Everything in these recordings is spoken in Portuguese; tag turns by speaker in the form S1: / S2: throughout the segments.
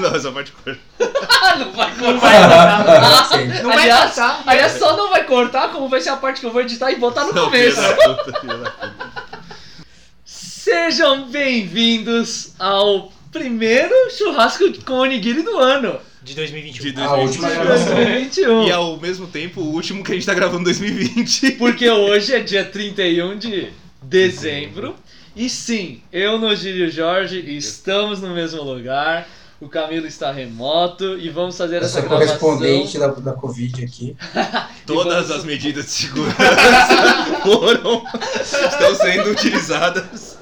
S1: Não, essa parte corta.
S2: Tá Ah, não vai cortar.
S3: Sim.
S2: Não vai aliás,
S4: cortar.
S2: aliás, só não vai cortar, como vai ser a parte que eu vou editar e botar no
S1: Não, filha
S2: começo.
S1: da puta, filha da puta.
S2: Sejam bem-vindos ao primeiro churrasco com onigiri do ano,
S4: De
S1: De
S4: 2021.
S3: Ah, A última
S1: 2021.
S3: gravação.
S2: 2021.
S1: E ao mesmo tempo, o último que a gente tá gravando em 2020.
S2: Porque hoje é dia 31 de dezembro. E sim, eu, Nogiri e o Jorge estamos no mesmo lugar. O Camilo está remoto e vamos fazer
S3: Eu
S2: essa
S3: sou
S2: gravação.
S3: correspondente né? da, da Covid aqui.
S1: Todas as medidas de segurança foram. estão sendo utilizadas.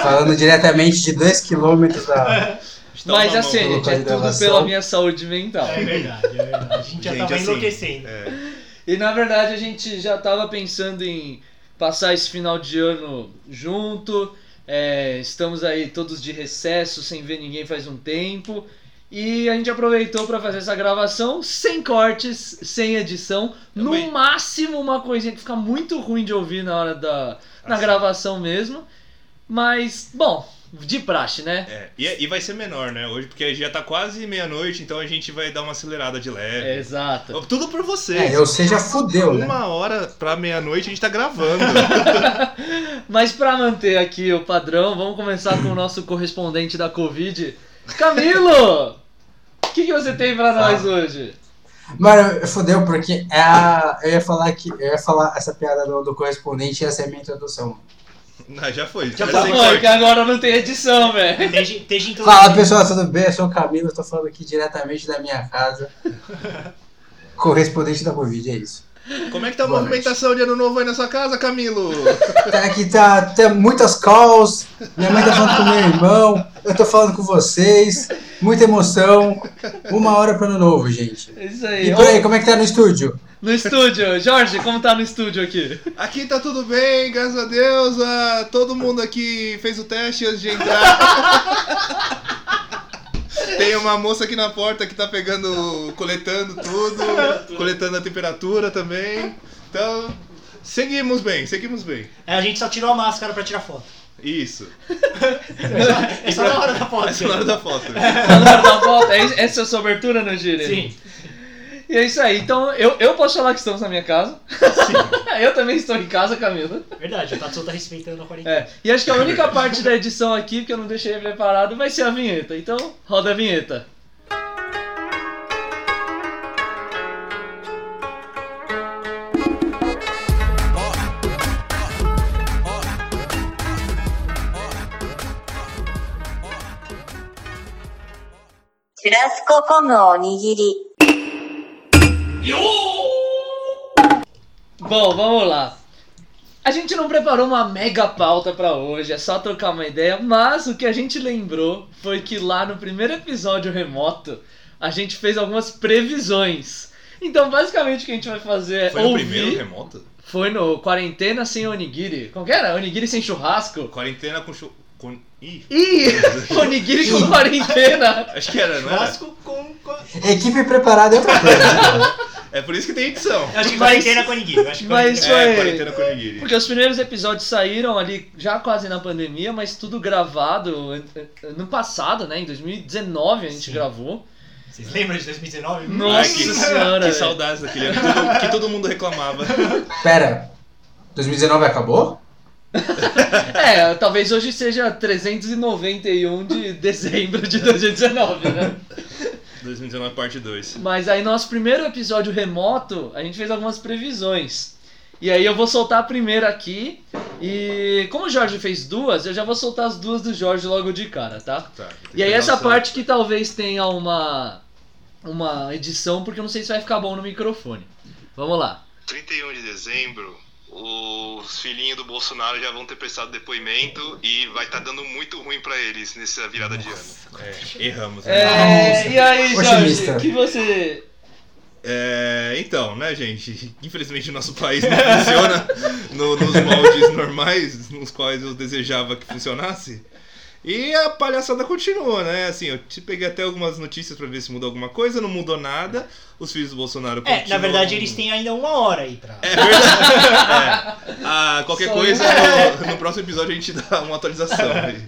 S3: Falando diretamente de 2km da.
S1: Estão
S2: Mas
S1: na mão
S2: assim,
S1: do-
S2: gente,
S3: colocar
S2: é
S3: de
S2: tudo
S3: gravação.
S2: pela minha saúde mental.
S4: É verdade, é verdade. A gente já
S1: Gente,
S4: tava
S1: assim,
S4: enlouquecendo.
S1: É,
S2: E na verdade a gente já tava pensando em passar esse final de ano junto. É, estamos aí todos de recesso, sem ver ninguém faz um tempo. E a gente aproveitou para fazer essa gravação sem cortes, sem edição. No
S1: Também.
S2: máximo uma coisinha que fica muito ruim de ouvir na hora da na
S1: Assim.
S2: gravação mesmo. Mas, bom, de praxe, né?
S1: é. E, e vai ser menor, né? Hoje, porque já tá quase meia-noite, então a gente vai dar uma acelerada de leve.
S2: Exato.
S1: Tudo por vocês.
S3: É, eu sei, já fudeu, né?
S1: Uma hora pra meia-noite a gente tá gravando.
S2: Mas pra manter aqui o padrão, vamos começar com o nosso correspondente da Covid, Camilo! O que, que você tem pra nós hoje?
S3: Mano, eu- fudeu, porque é a- eu ia falar que. Eu ia falar essa piada do, do correspondente e essa é a minha introdução.
S1: Não, já foi. assim,
S2: Já
S1: era
S2: tá
S1: sem
S2: bom,
S1: corte.
S2: que agora não tem edição, velho.
S4: Desde, desde então.
S3: Fala pessoal, tudo bem? Eu sou o Camilo, eu tô falando aqui diretamente da minha casa. Correspondente da Covid, é isso.
S1: Como é que tá a
S3: Boa
S1: movimentação de ano novo aí na sua casa, Camilo?
S3: Tá, aqui tá, tem muitas calls, minha mãe tá falando com meu irmão, eu tô falando com vocês, muita emoção. Uma hora pro ano novo, gente.
S2: É Isso aí.
S3: E
S2: Ô,
S3: por aí, como é que tá no estúdio?
S2: no estúdio, Jorge, como tá no estúdio aqui?
S1: Aqui tá tudo bem, graças a Deus. ah, todo mundo aqui fez o teste antes de entrar. Tem uma moça aqui na porta que tá pegando, coletando tudo, coletando a temperatura também. Então, seguimos bem, seguimos bem.
S4: É, a gente só tirou a máscara pra tirar foto.
S1: Isso.
S4: É só na hora da foto.
S1: Essa é a hora da foto.
S2: Tá no ar da volta? É isso- Essa é a sua abertura, no Gire?
S4: Sim.
S2: E é isso aí, então eu, eu posso falar que estamos na minha casa. eu também estou em casa, Camilo.
S4: Verdade, o Tatsu tá respeitando a quarentena.
S2: É, e acho que a única parte da edição aqui que eu não deixei preparado vai ser a vinheta. Então, roda a vinheta.
S5: シュラスココムおにぎり。
S2: Bom, vamos lá. A gente não preparou uma mega pauta pra hoje, é só trocar uma ideia, mas o que a gente lembrou foi que lá no primeiro episódio remoto, a gente fez algumas previsões. Então, basicamente o que a gente vai fazer é
S1: Foi o
S2: ouvir...
S1: primeiro remoto?
S2: Foi no quarentena sem onigiri. Como que era? Onigiri sem churrasco?
S1: Quarentena com... chu- com... Ih,
S2: Ih, onigiri com quarentena.
S1: acho que era, É, não era?
S4: Churrasco com. com...
S3: Equipe preparada é outra coisa. né?
S1: É por isso que tem edição.
S4: Eu acho que
S2: Mas-
S4: quarentena com ninguém. Eu acho que
S2: mas-
S4: quarentena-
S2: foi-
S1: É, quarentena com onigiri.
S2: Porque os primeiros episódios saíram ali já quase na pandemia, mas tudo gravado eh, eh, no passado, né? Em 2019 a gente
S4: Sim.
S2: gravou.
S4: Vocês lembram de 2019?
S2: Nossa
S1: Ai, que,
S2: senhora,
S1: Que
S2: velho.
S1: saudades daquele ano que todo- que todo mundo reclamava.
S3: Pera, 2019 acabou?
S2: É, talvez hoje seja 391 de dezembro de 2019, né?
S1: 2019 parte 2.
S2: Mas aí nosso primeiro episódio remoto, a gente fez algumas previsões. E aí eu vou soltar a primeira aqui. E como o Jorge fez duas, eu já vou soltar as duas do Jorge logo de cara, tá?
S1: Tá, tem que
S2: E aí
S1: pegar
S2: essa
S1: o seu.
S2: parte que talvez tenha uma uma edição, porque eu não sei se vai ficar bom no microfone. Vamos lá.
S6: 31 de dezembro, os filhinhos do Bolsonaro já vão ter prestado depoimento e vai estar dando muito ruim pra eles nessa virada de ano.
S1: É, erramos. né?
S2: É, e aí, Jorge,
S3: Otimista.
S2: o que você...
S1: É, então, né, gente? Infelizmente o nosso país não funciona no- nos moldes normais, nos quais eu desejava que funcionasse. E a palhaçada continua, né? Assim, eu te peguei até algumas notícias pra ver se mudou alguma coisa, não mudou nada. Os filhos do Bolsonaro
S4: É, na
S1: continuam-
S4: verdade eles têm ainda uma hora aí pra.
S1: É verdade. É. Ah, qualquer
S2: Só
S1: coisa,
S2: isso.
S1: no, no próximo episódio a gente dá uma atualização. aí.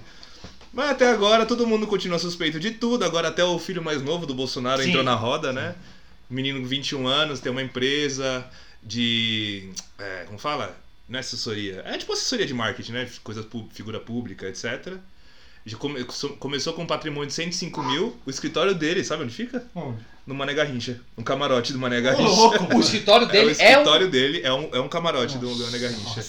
S1: Mas até agora todo mundo continua suspeito de tudo. Agora até o filho mais novo do Bolsonaro
S4: Sim.
S1: entrou na roda, né? Menino com 21 anos, tem uma empresa de. é, como fala? Não é assessoria. É tipo assessoria de marketing, né? Coisa, pú- figura pública, etc. Já come- começou com um patrimônio de 105 mil. O escritório dele, sabe onde fica?
S4: Onde?
S1: No Mané Garrincha. Um camarote do Mané
S4: Ô,
S1: Garrincha.
S4: louco!
S2: O escritório
S1: É, o
S2: dele é, um.
S1: escritório dele é um, é um camarote do Mané Garrincha.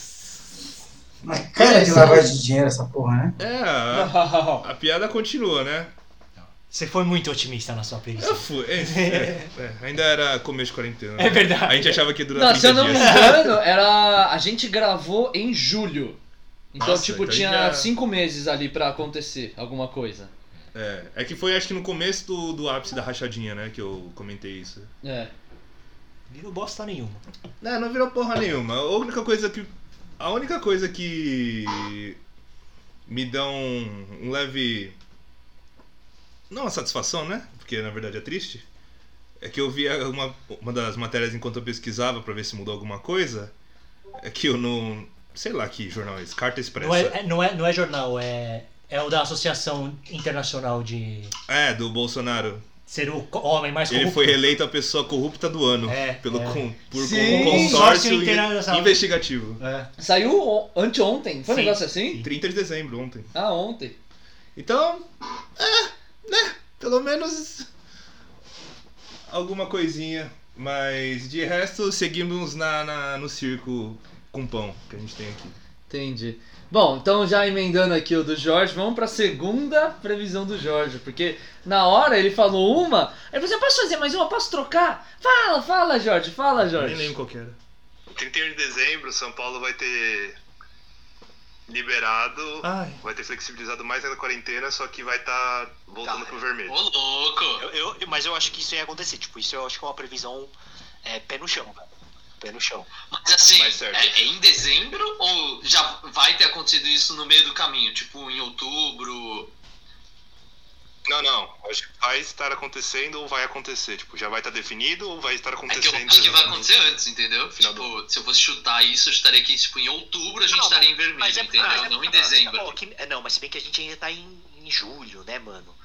S3: Mas cara de lavagem de dinheiro essa porra, né?
S1: É, a,
S2: Não.
S1: a piada continua, né?
S4: Você foi muito otimista na sua previsão.
S1: Eu fui. É, é, é. ainda era começo de quarentena.
S4: É verdade.
S1: A gente achava que ia durar
S2: Não, se eu
S1: 30
S2: não me
S1: dias.
S2: engano, era. A gente gravou em julho. Então,
S1: Nossa,
S2: tipo,
S1: então
S2: tinha
S1: já-
S2: cinco meses ali pra acontecer alguma coisa.
S1: É, é que foi acho que no começo do, do ápice da rachadinha, né? Que eu comentei isso.
S2: É.
S4: Virou bosta nenhuma.
S1: Não, não virou porra nenhuma. A única coisa que. A única coisa que. Me dá um, um leve. Não uma satisfação, né? Porque na verdade é triste. É que eu vi uma, uma das matérias enquanto eu pesquisava pra ver se mudou alguma coisa. É que eu não. Sei lá que jornal é esse, Carta Expressa.
S4: Não é, é- não, é, não é jornal, é, é o da Associação Internacional de
S1: É, do Bolsonaro.
S4: Ser o co- Homem Mais
S1: Ele
S4: Corrupto.
S1: foi eleito a pessoa corrupta do ano
S4: É,
S1: pelo
S4: é.
S1: con- por
S2: Sim.
S1: um consórcio
S4: Consórcio Internacional.
S1: investigativo.
S4: É.
S2: Saiu o- anteontem? Foi um
S4: Sim.
S2: negócio assim?
S1: 30 de dezembro, ontem.
S2: Ah, ontem.
S1: Então, é, né? Pelo menos alguma coisinha. Mas de resto, seguimos na, na- no circo com pão que a gente tem aqui.
S2: Entendi. Bom, então já emendando aqui o do Jorge, vamos pra segunda previsão do Jorge, porque na hora ele falou uma, aí ele falou assim, eu posso fazer mais uma, posso trocar? Fala, fala, Jorge, fala,
S1: Nem lembro
S2: Jorge.
S1: qual que era.
S6: 31 de dezembro, São Paulo vai ter liberado,
S1: Ai.
S6: vai ter flexibilizado mais ainda a quarentena, só que vai estar voltando
S7: Tá.
S6: pro vermelho.
S7: Ô louco!
S8: Eu, eu- eu- mas eu acho que isso ia acontecer. Tipo, isso eu acho que é uma previsão é, pé no chão, cara. Pé no chão.
S7: Mas assim,
S6: Mas certo.
S7: é, é em dezembro ou já vai ter acontecido isso no meio do caminho? Tipo, em outubro?
S6: Não, não. Acho que vai estar acontecendo ou vai acontecer. Tipo, já vai estar definido ou vai estar
S7: É que eu
S6: acontecendo.
S7: acho que vai
S6: exatamente.
S7: acontecer antes, entendeu?
S6: Final do
S7: Tipo, se eu fosse chutar isso, eu chutaria que tipo, em outubro a gente
S8: Não,
S7: estaria em vermelho,
S8: Mas é,
S7: entendeu?
S8: mas é-
S7: Não em
S8: Bom,
S7: dezembro.
S8: que- é, não, mas se bem que a gente ainda tá em, em julho, né, mano?
S1: é.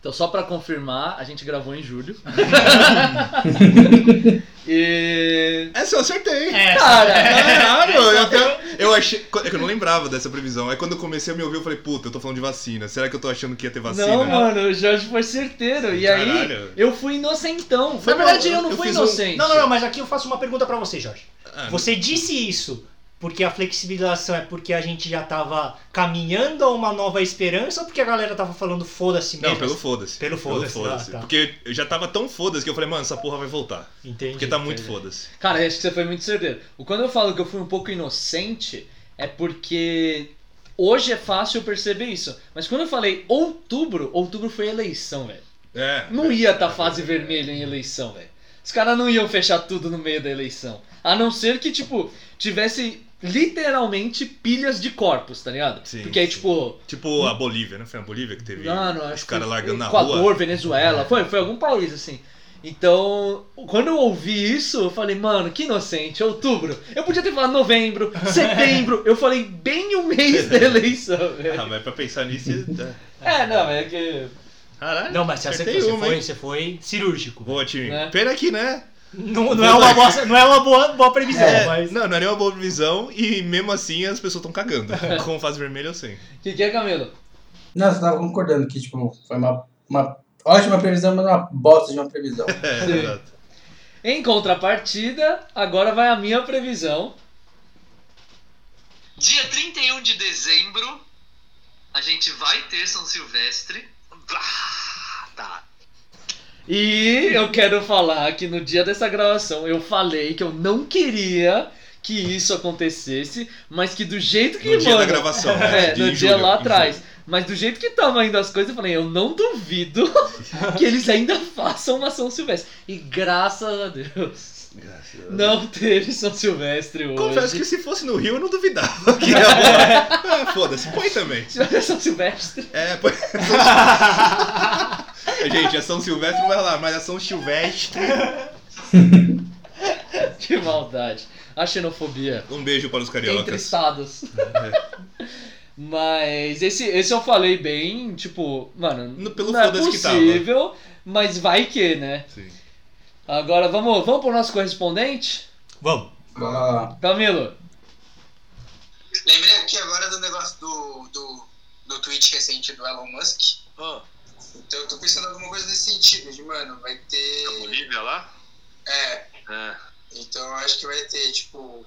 S2: Então só pra confirmar, a gente gravou em julho. e...
S1: Essa eu acertei!
S4: É,
S1: tipo
S2: Cara,
S1: Caralho, eu, até, eu achei. É que eu não lembrava dessa previsão. Aí quando eu comecei a me ouvir, eu falei, puta, eu tô falando de vacina. Será que eu tô achando que ia ter vacina?
S2: não, mano, o Jorge foi certeiro, e aí
S1: assim, né? Caralho.
S2: eu fui inocentão.
S1: Foi
S2: Na verdade,
S1: bom,
S2: eu não
S1: eu
S2: fui
S1: fiz um-
S2: inocente.
S4: Não, não, não, mas aqui eu faço uma pergunta pra você, Jorge.
S1: Ah,
S4: Você disse isso porque a flexibilização é porque a gente já tava caminhando a uma nova esperança ou porque a galera tava falando foda-se mesmo?
S1: Não, pelo foda-se.
S4: Pelo foda-se, ah, tá.
S1: Porque eu já tava tão foda-se que eu falei, mano, essa porra vai voltar.
S4: Entendi.
S1: Porque tá muito foda-se.
S2: Cara, eu acho que você foi muito certeiro. O- Quando eu falo que eu fui um pouco inocente, é porque hoje é fácil eu perceber isso. Mas quando eu falei outubro, outubro foi eleição, velho.
S1: É.
S2: Não ia estar fase vermelha em eleição, velho. Os caras não iam fechar tudo no meio da eleição. A não ser que, tipo, tivesse literalmente pilhas de corpos, tá ligado?
S1: Sim,
S2: Porque aí,
S1: sim.
S2: tipo,
S1: Tipo a Bolívia, né? Foi a Bolívia que teve
S2: Mano, acho
S1: os caras
S2: que
S1: largando na
S2: Equador,
S1: rua.
S2: Venezuela, foi, foi algum país assim. Então, quando eu ouvi isso, eu falei, mano, que inocente, é outubro. Eu podia ter falado novembro, setembro. Eu falei bem o mês da eleição.
S1: Ah,
S2: velho.
S1: mas pra pensar nisso. é-
S2: É, não, é que.
S1: Caralho.
S4: Não, mas você
S1: Acertei
S4: acertou, você,
S1: uma,
S4: foi,
S1: hein?
S4: você foi cirúrgico.
S1: Boa, time.
S2: Né?
S1: Pena que, né?
S4: Não, não é uma, boa, não é uma boa, boa previsão,
S1: É,
S4: mas...
S1: Não, não é nenhuma boa visão e mesmo assim as pessoas estão cagando.
S2: É.
S1: Com fase vermelha eu sei.
S2: O que, que é, Camilo?
S3: Não, eu tava concordando que, tipo, foi uma, uma ótima previsão, mas uma bosta de uma previsão.
S1: É,
S2: Sim.
S1: exato.
S2: Em contrapartida, agora vai a minha previsão.
S7: Dia 31 de dezembro, a gente vai ter São Silvestre.
S8: Ah, tá.
S2: E eu quero falar que no dia dessa gravação eu falei que eu não queria que isso acontecesse, mas que do jeito que
S1: No dia da
S2: mano,
S1: gravação. né?
S2: É,
S1: De
S2: no
S1: em
S2: dia
S1: julho,
S2: lá
S1: em
S2: atrás. Mas do jeito que estavam indo as coisas, eu falei, eu não duvido que eles ainda façam uma São Silvestre. E graças a Deus,
S1: julho. Graças a Deus.
S2: não teve São Silvestre hoje.
S1: Confesso que se fosse no Rio eu não duvidava que ia rolar. Ah, foda-se, põe também.
S2: Se tiver São Silvestre.
S1: É, põe. Gente, a São Silvestre vai lá, mas a São Silvestre.
S2: Que maldade. A xenofobia.
S1: Um beijo para os
S2: Entre
S1: cariocas.
S2: estados. Mas esse, esse eu falei bem, tipo, mano,
S1: No- pelo
S2: não é
S1: foda-se que tava.
S2: possível, mas vai que, né?
S1: Sim.
S2: Agora vamos, vamos pro nosso correspondente?
S4: Vamos.
S3: Bora lá.
S2: Camilo,
S7: Lembrei aqui agora do negócio do, do, do tweet recente do Elon Musk.
S8: Ah,
S7: Então eu tô pensando em alguma coisa nesse sentido, de mano, vai
S6: A
S7: ter.
S6: Bolívia lá?
S7: É,
S6: Ah,
S7: então eu acho que vai ter, tipo.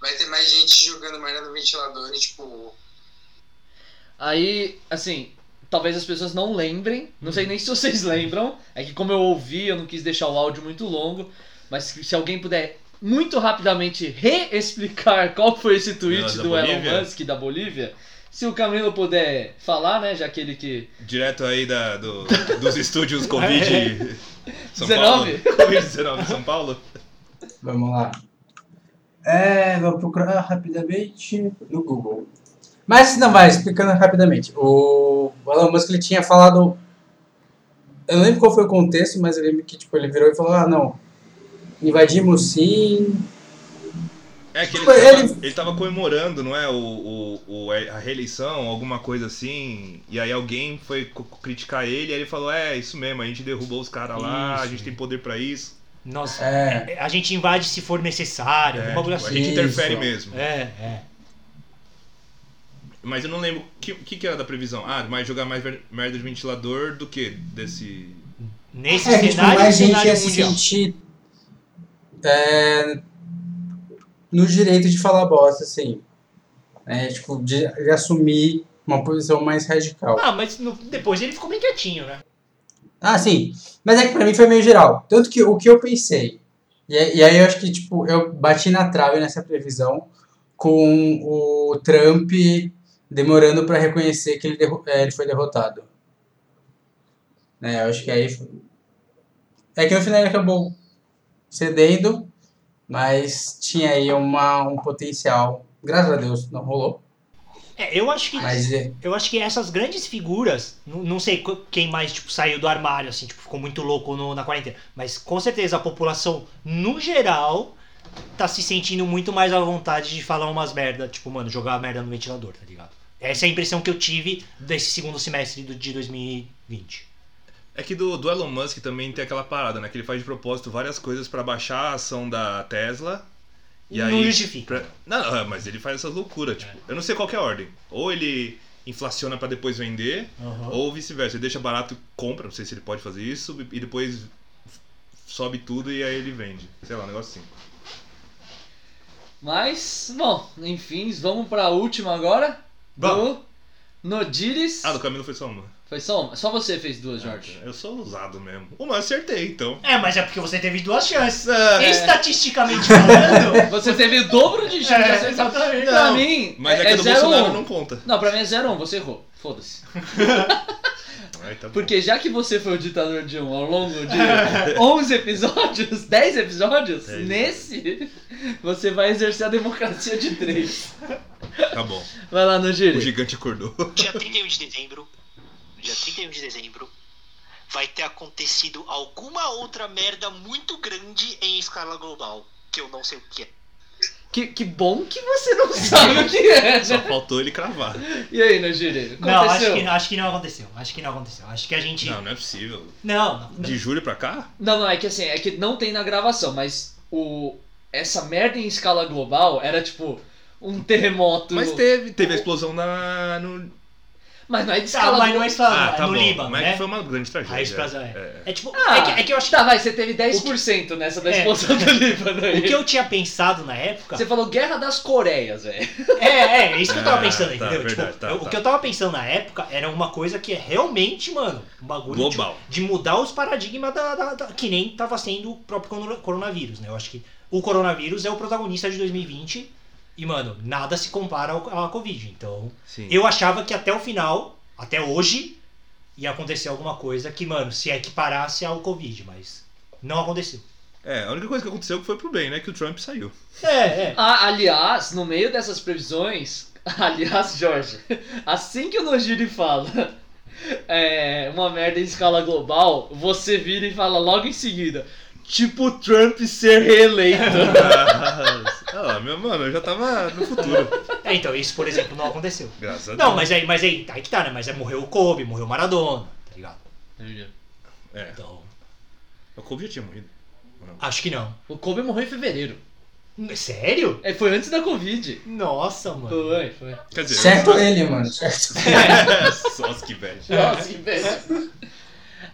S7: Vai ter mais gente jogando merda no ventilador e, tipo.
S2: aí, assim, talvez as pessoas não lembrem, não sei nem se vocês lembram, é que como eu ouvi, eu não quis deixar o áudio muito longo, mas se se alguém puder muito rapidamente reexplicar qual foi esse tweet
S1: é Da- da
S2: do Elon
S1: Bolívia?
S2: Musk da Bolívia, se o Camilo puder falar, né, já que ele que...
S1: Direto aí da, do- dos estúdios
S2: É.
S1: Covid. São
S2: 19?
S1: Paulo. Covid-19 São Paulo?
S3: Vamos lá. É, vou procurar rapidamente no Google. Mas não vai, explicando rapidamente. O Elon Musk ele tinha falado. Eu não lembro qual foi o contexto, mas eu lembro que tipo, ele virou e falou: ah, não. Invadimos sim.
S1: É que ele
S3: Tipo,
S1: tava,
S3: ele-
S1: ele tava comemorando, não é? O, o- o- a reeleição, alguma coisa assim. E aí alguém foi co- criticar ele e ele falou: É, isso mesmo, a gente derrubou os caras lá, a
S4: Isso. é.
S1: gente tem poder pra isso.
S4: Nós,
S3: É.
S4: a gente invade se for necessário,
S1: É,
S4: alguma coisa
S1: tipo, a
S4: assim.
S1: gente
S3: Isso.
S1: interfere mesmo.
S4: É, é.
S1: Mas eu não lembro o que, que, que era da previsão. Ah, mas jogar mais ver- merda de ventilador do que desse.
S4: Nesse
S3: É, que, tipo,
S4: cenário,
S3: mais gente assim, tipo. ia
S4: cenário
S3: se
S4: mundial.
S3: sentir é, no direito de falar bosta, assim. É, tipo, de, de assumir uma posição mais radical.
S4: Ah, mas no- depois ele ficou bem quietinho, né?
S3: Ah, sim. Mas é que pra mim foi meio geral. Tanto que o que eu pensei. E, aí- e aí eu acho que, tipo, eu bati na trave nessa previsão com o Trump demorando pra reconhecer que ele, derro- é, ele foi derrotado. Né, eu acho que aí. foi- É que no final ele acabou cedendo, mas tinha aí uma, um potencial. Graças a Deus, não rolou.
S4: É, eu acho que
S3: Mas é,
S4: eu acho que essas grandes figuras, n- não sei qu- quem mais tipo, saiu do armário, assim, tipo, ficou muito louco no- na quarentena, mas com certeza a população, no geral, tá se sentindo muito mais à vontade de falar umas merda, tipo, mano, jogar a merda no ventilador, tá ligado? Essa é a impressão que eu tive desse segundo semestre do, de 2020.
S1: É que do, do Elon Musk também tem aquela parada, né? Que ele faz de propósito várias coisas pra baixar a ação da Tesla. E
S4: não
S1: aí,
S4: justifica.
S1: Pra- Não, é, mas ele faz essas loucuras, tipo, eu não sei qual que é a ordem. Ou ele inflaciona pra depois vender,
S4: Aham.
S1: ou vice-versa. Ele deixa barato, compra, não sei se ele pode fazer isso, e depois f- sobe tudo e aí ele vende. Sei lá, um negócio assim.
S2: Mas, bom, enfim, vamos pra última agora.
S1: Vamos.
S2: Do Nodiris.
S1: Ah, do Camilo foi só uma.
S2: Foi só uma. Só você fez duas, Jorge.
S1: Eu sou ousado mesmo. Uma eu acertei, então.
S4: É, mas é porque você teve duas chances.
S1: Ah,
S4: Estatisticamente falando.
S2: Você teve o dobro de chance de
S4: é,
S2: acertar.
S4: exatamente.
S2: Pra
S1: Não,
S2: mim,
S1: Mas é,
S2: é,
S1: que
S2: é
S1: do
S2: 0
S1: Bolsonaro
S2: um.
S1: não conta.
S2: Não, pra mim é 0 um, você errou. Foda-se.
S1: Aí tá bom.
S2: Porque já que você foi o ditador de um ao longo de 11 episódios, 10 episódios,
S1: Dez.
S2: nesse você vai exercer a democracia de 3.
S1: Tá bom.
S2: Vai lá,
S1: O
S2: Nodiris.
S1: gigante acordou.
S8: Dia 31 de dezembro. Dia 31 de dezembro. Vai ter acontecido alguma outra merda muito grande em escala global. Que eu não sei o que é.
S2: Que, que bom que você não sabe o que é.
S1: Só
S2: né?
S1: faltou ele cravar.
S2: E aí, Nodiris?
S4: Não, acho
S2: Aconteceu?
S4: que, acho que não aconteceu. Acho que não aconteceu. Acho que a gente.
S1: Não, não é possível.
S4: Não, não.
S1: De julho pra cá?
S2: Não, não, é que assim, é que não tem na gravação, mas o. Essa merda em escala global era tipo um terremoto.
S1: Mas teve. Teve a explosão na, no,
S2: Mas não é de
S4: Tá,
S2: escala
S4: mas
S2: global.
S4: não é escala,
S1: Ah, tá
S4: no
S1: bom.
S4: Líbano,
S1: Mas
S4: né?
S1: foi uma grande tragédia.
S4: Aí explosão é.
S1: É.
S4: É tipo,
S2: Ah,
S4: é, que, é que eu acho que
S2: Tá, vai, você teve 10% nessa da
S4: É.
S2: explosão do Líbano aí.
S4: o que eu tinha pensado na época.
S2: Você falou Guerra das Coreias, velho.
S4: É, é, é isso que eu tava
S1: Ah,
S4: pensando,
S1: tá,
S4: entendeu? Tipo,
S1: verdade, tá,
S4: eu-
S1: tá.
S4: o que eu tava pensando na época era uma coisa que é realmente, mano, um bagulho tipo,
S1: Global.
S4: de mudar os paradigmas da, da- da- que nem tava sendo o próprio corona- coronavírus, né? Eu acho que o coronavírus é o protagonista de 2020 e, mano, nada se compara ao, à Covid. Então,
S1: Sim.
S4: eu achava que até o final, até hoje, ia acontecer alguma coisa que, mano, se equiparasse ao Covid, mas não aconteceu.
S1: É, a única coisa que aconteceu que foi pro bem, né? Que o Trump saiu.
S4: É, é.
S2: Ah, aliás, no meio dessas previsões, aliás, Jorge, assim que o Nojiri fala é, uma merda em escala global, você vira e fala logo em seguida, tipo Trump ser reeleito.
S1: Nossa. Olha lá, Ah, meu mano, eu já tava no futuro.
S4: É, então, isso, por exemplo, não aconteceu.
S1: Graças a Deus.
S4: Não, mas aí, mas aí, aí que tá, né? Mas aí morreu o Kobe, morreu o Maradona, tá ligado?
S1: É,
S4: Então,
S1: o Kobe já tinha morrido.
S4: acho que não.
S2: O Kobe morreu em fevereiro.
S4: Sério?
S2: É, foi antes da Covid.
S4: Nossa, mano.
S2: Foi, foi.
S1: Quer dizer,
S3: Certo ele, mano. Certo.
S1: só os que velho.
S2: Nossa, que péssimo. assim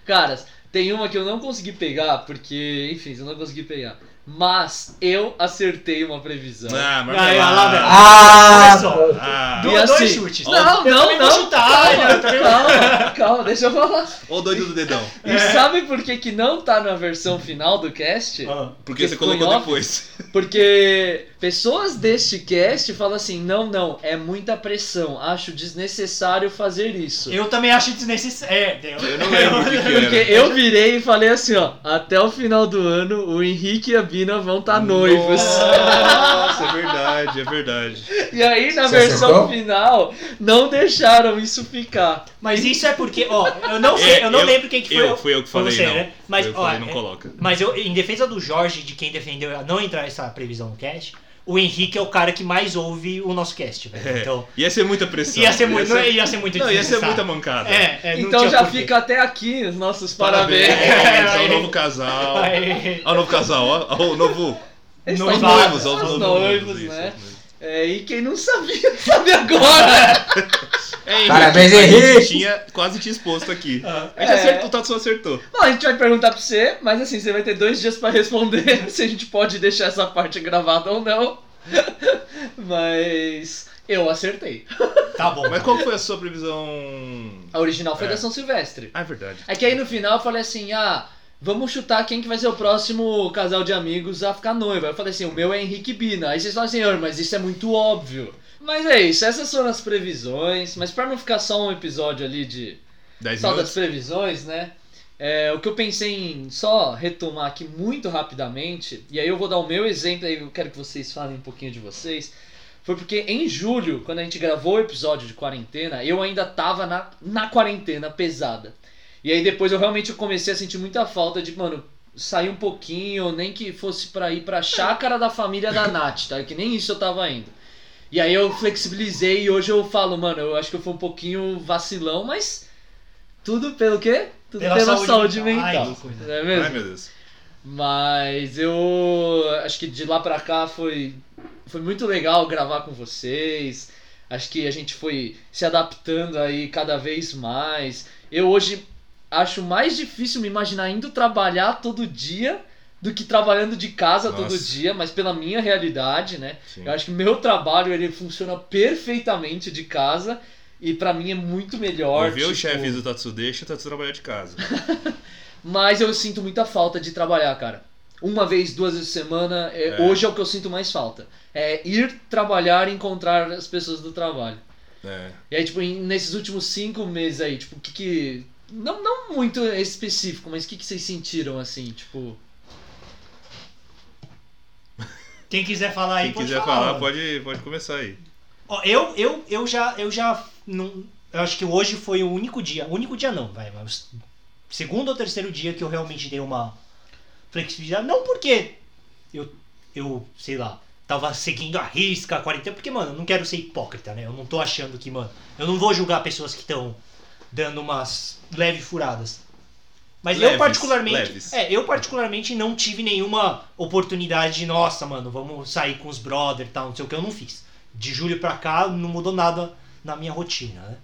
S2: Caras, tem uma que eu não consegui pegar, porque, enfim, eu não consegui pegar. Mas eu acertei uma previsão.
S1: Ah,
S4: Aí, olha lá,
S1: marmelada.
S4: velho.
S3: Ah,
S4: Olha só.
S1: Ah,
S4: Dois,
S2: assim-
S4: dois chutes.
S2: Não,
S4: Eu
S2: não,
S4: também vou
S2: não.
S4: chutar, né? Eu também vou-
S2: Calma, calma, deixa eu falar.
S1: Ô doido do dedão.
S2: E sabe por que, que não tá na versão final do cast?
S4: Ah,
S1: Porque você
S2: Ficou em
S1: colocou
S2: off?
S1: depois.
S2: Porque pessoas deste cast falam assim: não, não, é muita pressão, acho desnecessário fazer isso.
S4: Eu também acho desnecessário. É, eu,
S1: Eu não lembro o que, que
S2: Porque
S1: era.
S2: eu virei e falei assim: ó, até o final do ano o Henrique e a Bina vão estar
S4: Tá
S2: noivos.
S1: Nossa, é verdade, é verdade.
S2: E aí na
S3: Você
S2: versão
S3: acertou?
S2: final não deixaram isso ficar.
S4: Mas isso é porque, ó, eu não sei,
S1: É,
S4: eu não
S1: eu-
S4: lembro quem que foi.
S1: Eu, fui eu que
S4: foi
S1: falei,
S4: você,
S1: não.
S4: né? Mas,
S1: Foi eu que
S4: ó,
S1: falei, não
S4: é-
S1: coloca.
S4: Mas eu, em defesa do Jorge, de quem defendeu a não entrar essa previsão no cast, o Henrique é o cara que mais ouve o nosso cast, velho.
S1: É.
S4: Então,
S1: Ia ser muita pressão.
S4: ia ser muito, não, ia ser muito
S1: Não, ia ser
S4: desnecessário.
S1: muita mancada.
S4: É, é, não
S2: então
S4: tinha
S2: já
S4: porquê.
S2: fica até aqui os nossos
S1: Parabéns.
S2: parabéns.
S4: Parabéns.
S1: ao novo casal.
S4: Aí,
S1: Ao novo casal, ó. Ao novo.
S2: Eles
S4: Noivos,
S1: Aos
S2: estão
S1: noivos, É, aos
S2: aos
S1: noivos.
S2: noivos,
S1: isso,
S2: né?
S1: aos noivos.
S2: É, e quem não sabia, sabe agora.
S1: É, Henrique,
S3: Parabéns,
S1: a gente
S3: Henrique.
S1: tinha quase te exposto aqui.
S4: ah,
S1: A gente
S2: É.
S1: acertou, o Tato só acertou.
S2: Bom, a gente vai perguntar pra você, mas assim, você vai ter dois dias pra responder se a gente pode deixar essa parte gravada ou não. mas eu acertei.
S4: tá bom.
S1: Mas qual foi a sua previsão?
S2: A original foi
S1: É.
S2: da São Silvestre.
S1: Ah, é verdade.
S2: É que aí no final eu falei assim, ah, vamos chutar quem que vai ser o próximo casal de amigos a ficar noivo. Aí Eu falei assim, o meu é Henrique e Bina. Aí vocês falam assim, ah, mas isso é muito óbvio. Mas é isso, essas foram as previsões. Mas pra não ficar só um episódio ali de
S1: Dez
S2: só das
S1: minutos?
S2: previsões, né? É, o que eu pensei em só retomar aqui muito rapidamente, e aí eu vou dar o meu exemplo, aí eu quero que vocês falem um pouquinho de vocês. Foi porque em julho, quando a gente gravou o episódio de quarentena, eu ainda tava na, na quarentena pesada. E aí depois eu realmente comecei a sentir muita falta de, mano, sair um pouquinho, nem que fosse pra ir pra chácara da família da Nath, tá? Que nem isso eu tava indo. E aí eu flexibilizei e hoje eu falo, mano, eu acho que eu fui um pouquinho vacilão, mas tudo pelo quê? Tudo pela, saúde, mental.
S4: Ai, que coisa.
S2: não é mesmo?
S1: Ai, meu Deus.
S2: Mas eu acho que de lá pra cá foi foi muito legal gravar com vocês. Acho que a gente foi se adaptando aí cada vez mais. Eu hoje acho mais difícil me imaginar indo trabalhar todo dia do que trabalhando de casa todo
S1: Nossa.
S2: dia, mas pela minha realidade, né?
S1: Sim.
S2: Eu acho que meu trabalho ele funciona perfeitamente de casa e pra mim é muito melhor.
S1: Ouviu o
S2: tipo,
S1: chefe do Tatsu deixa o Tatsu trabalhar de casa.
S2: mas eu sinto muita falta de trabalhar, cara. Uma vez, duas vezes por semana, é,
S1: É.
S2: hoje é o que eu sinto mais falta. É ir trabalhar e encontrar as pessoas do trabalho.
S1: É.
S2: E aí, tipo, em- nesses últimos cinco meses aí, tipo, o que que... Não, não muito específico, mas o que que vocês sentiram, assim, tipo...
S4: Quem quiser falar aí,
S1: Quem
S4: pode
S1: quiser
S4: falar.
S1: falar,
S4: mano.
S1: pode, pode começar aí.
S4: Ó, eu, eu, eu já. Eu já. Não, eu acho que hoje foi o único dia. O único dia não, vai. Mas o segundo ou terceiro dia que eu realmente dei uma flexibilidade. Não porque eu, eu sei lá, tava seguindo a risca a quarentena. Porque, mano, eu não quero ser hipócrita, né? Eu não tô achando que, mano. Eu não vou julgar pessoas que estão dando umas leves furadas. Mas eu
S1: Leves,
S4: particularmente.
S1: leves.
S4: É, eu particularmente não tive nenhuma oportunidade de, nossa, mano, vamos sair com os brother e tal, não sei o que, eu não fiz. De julho pra cá não mudou nada na minha rotina, né?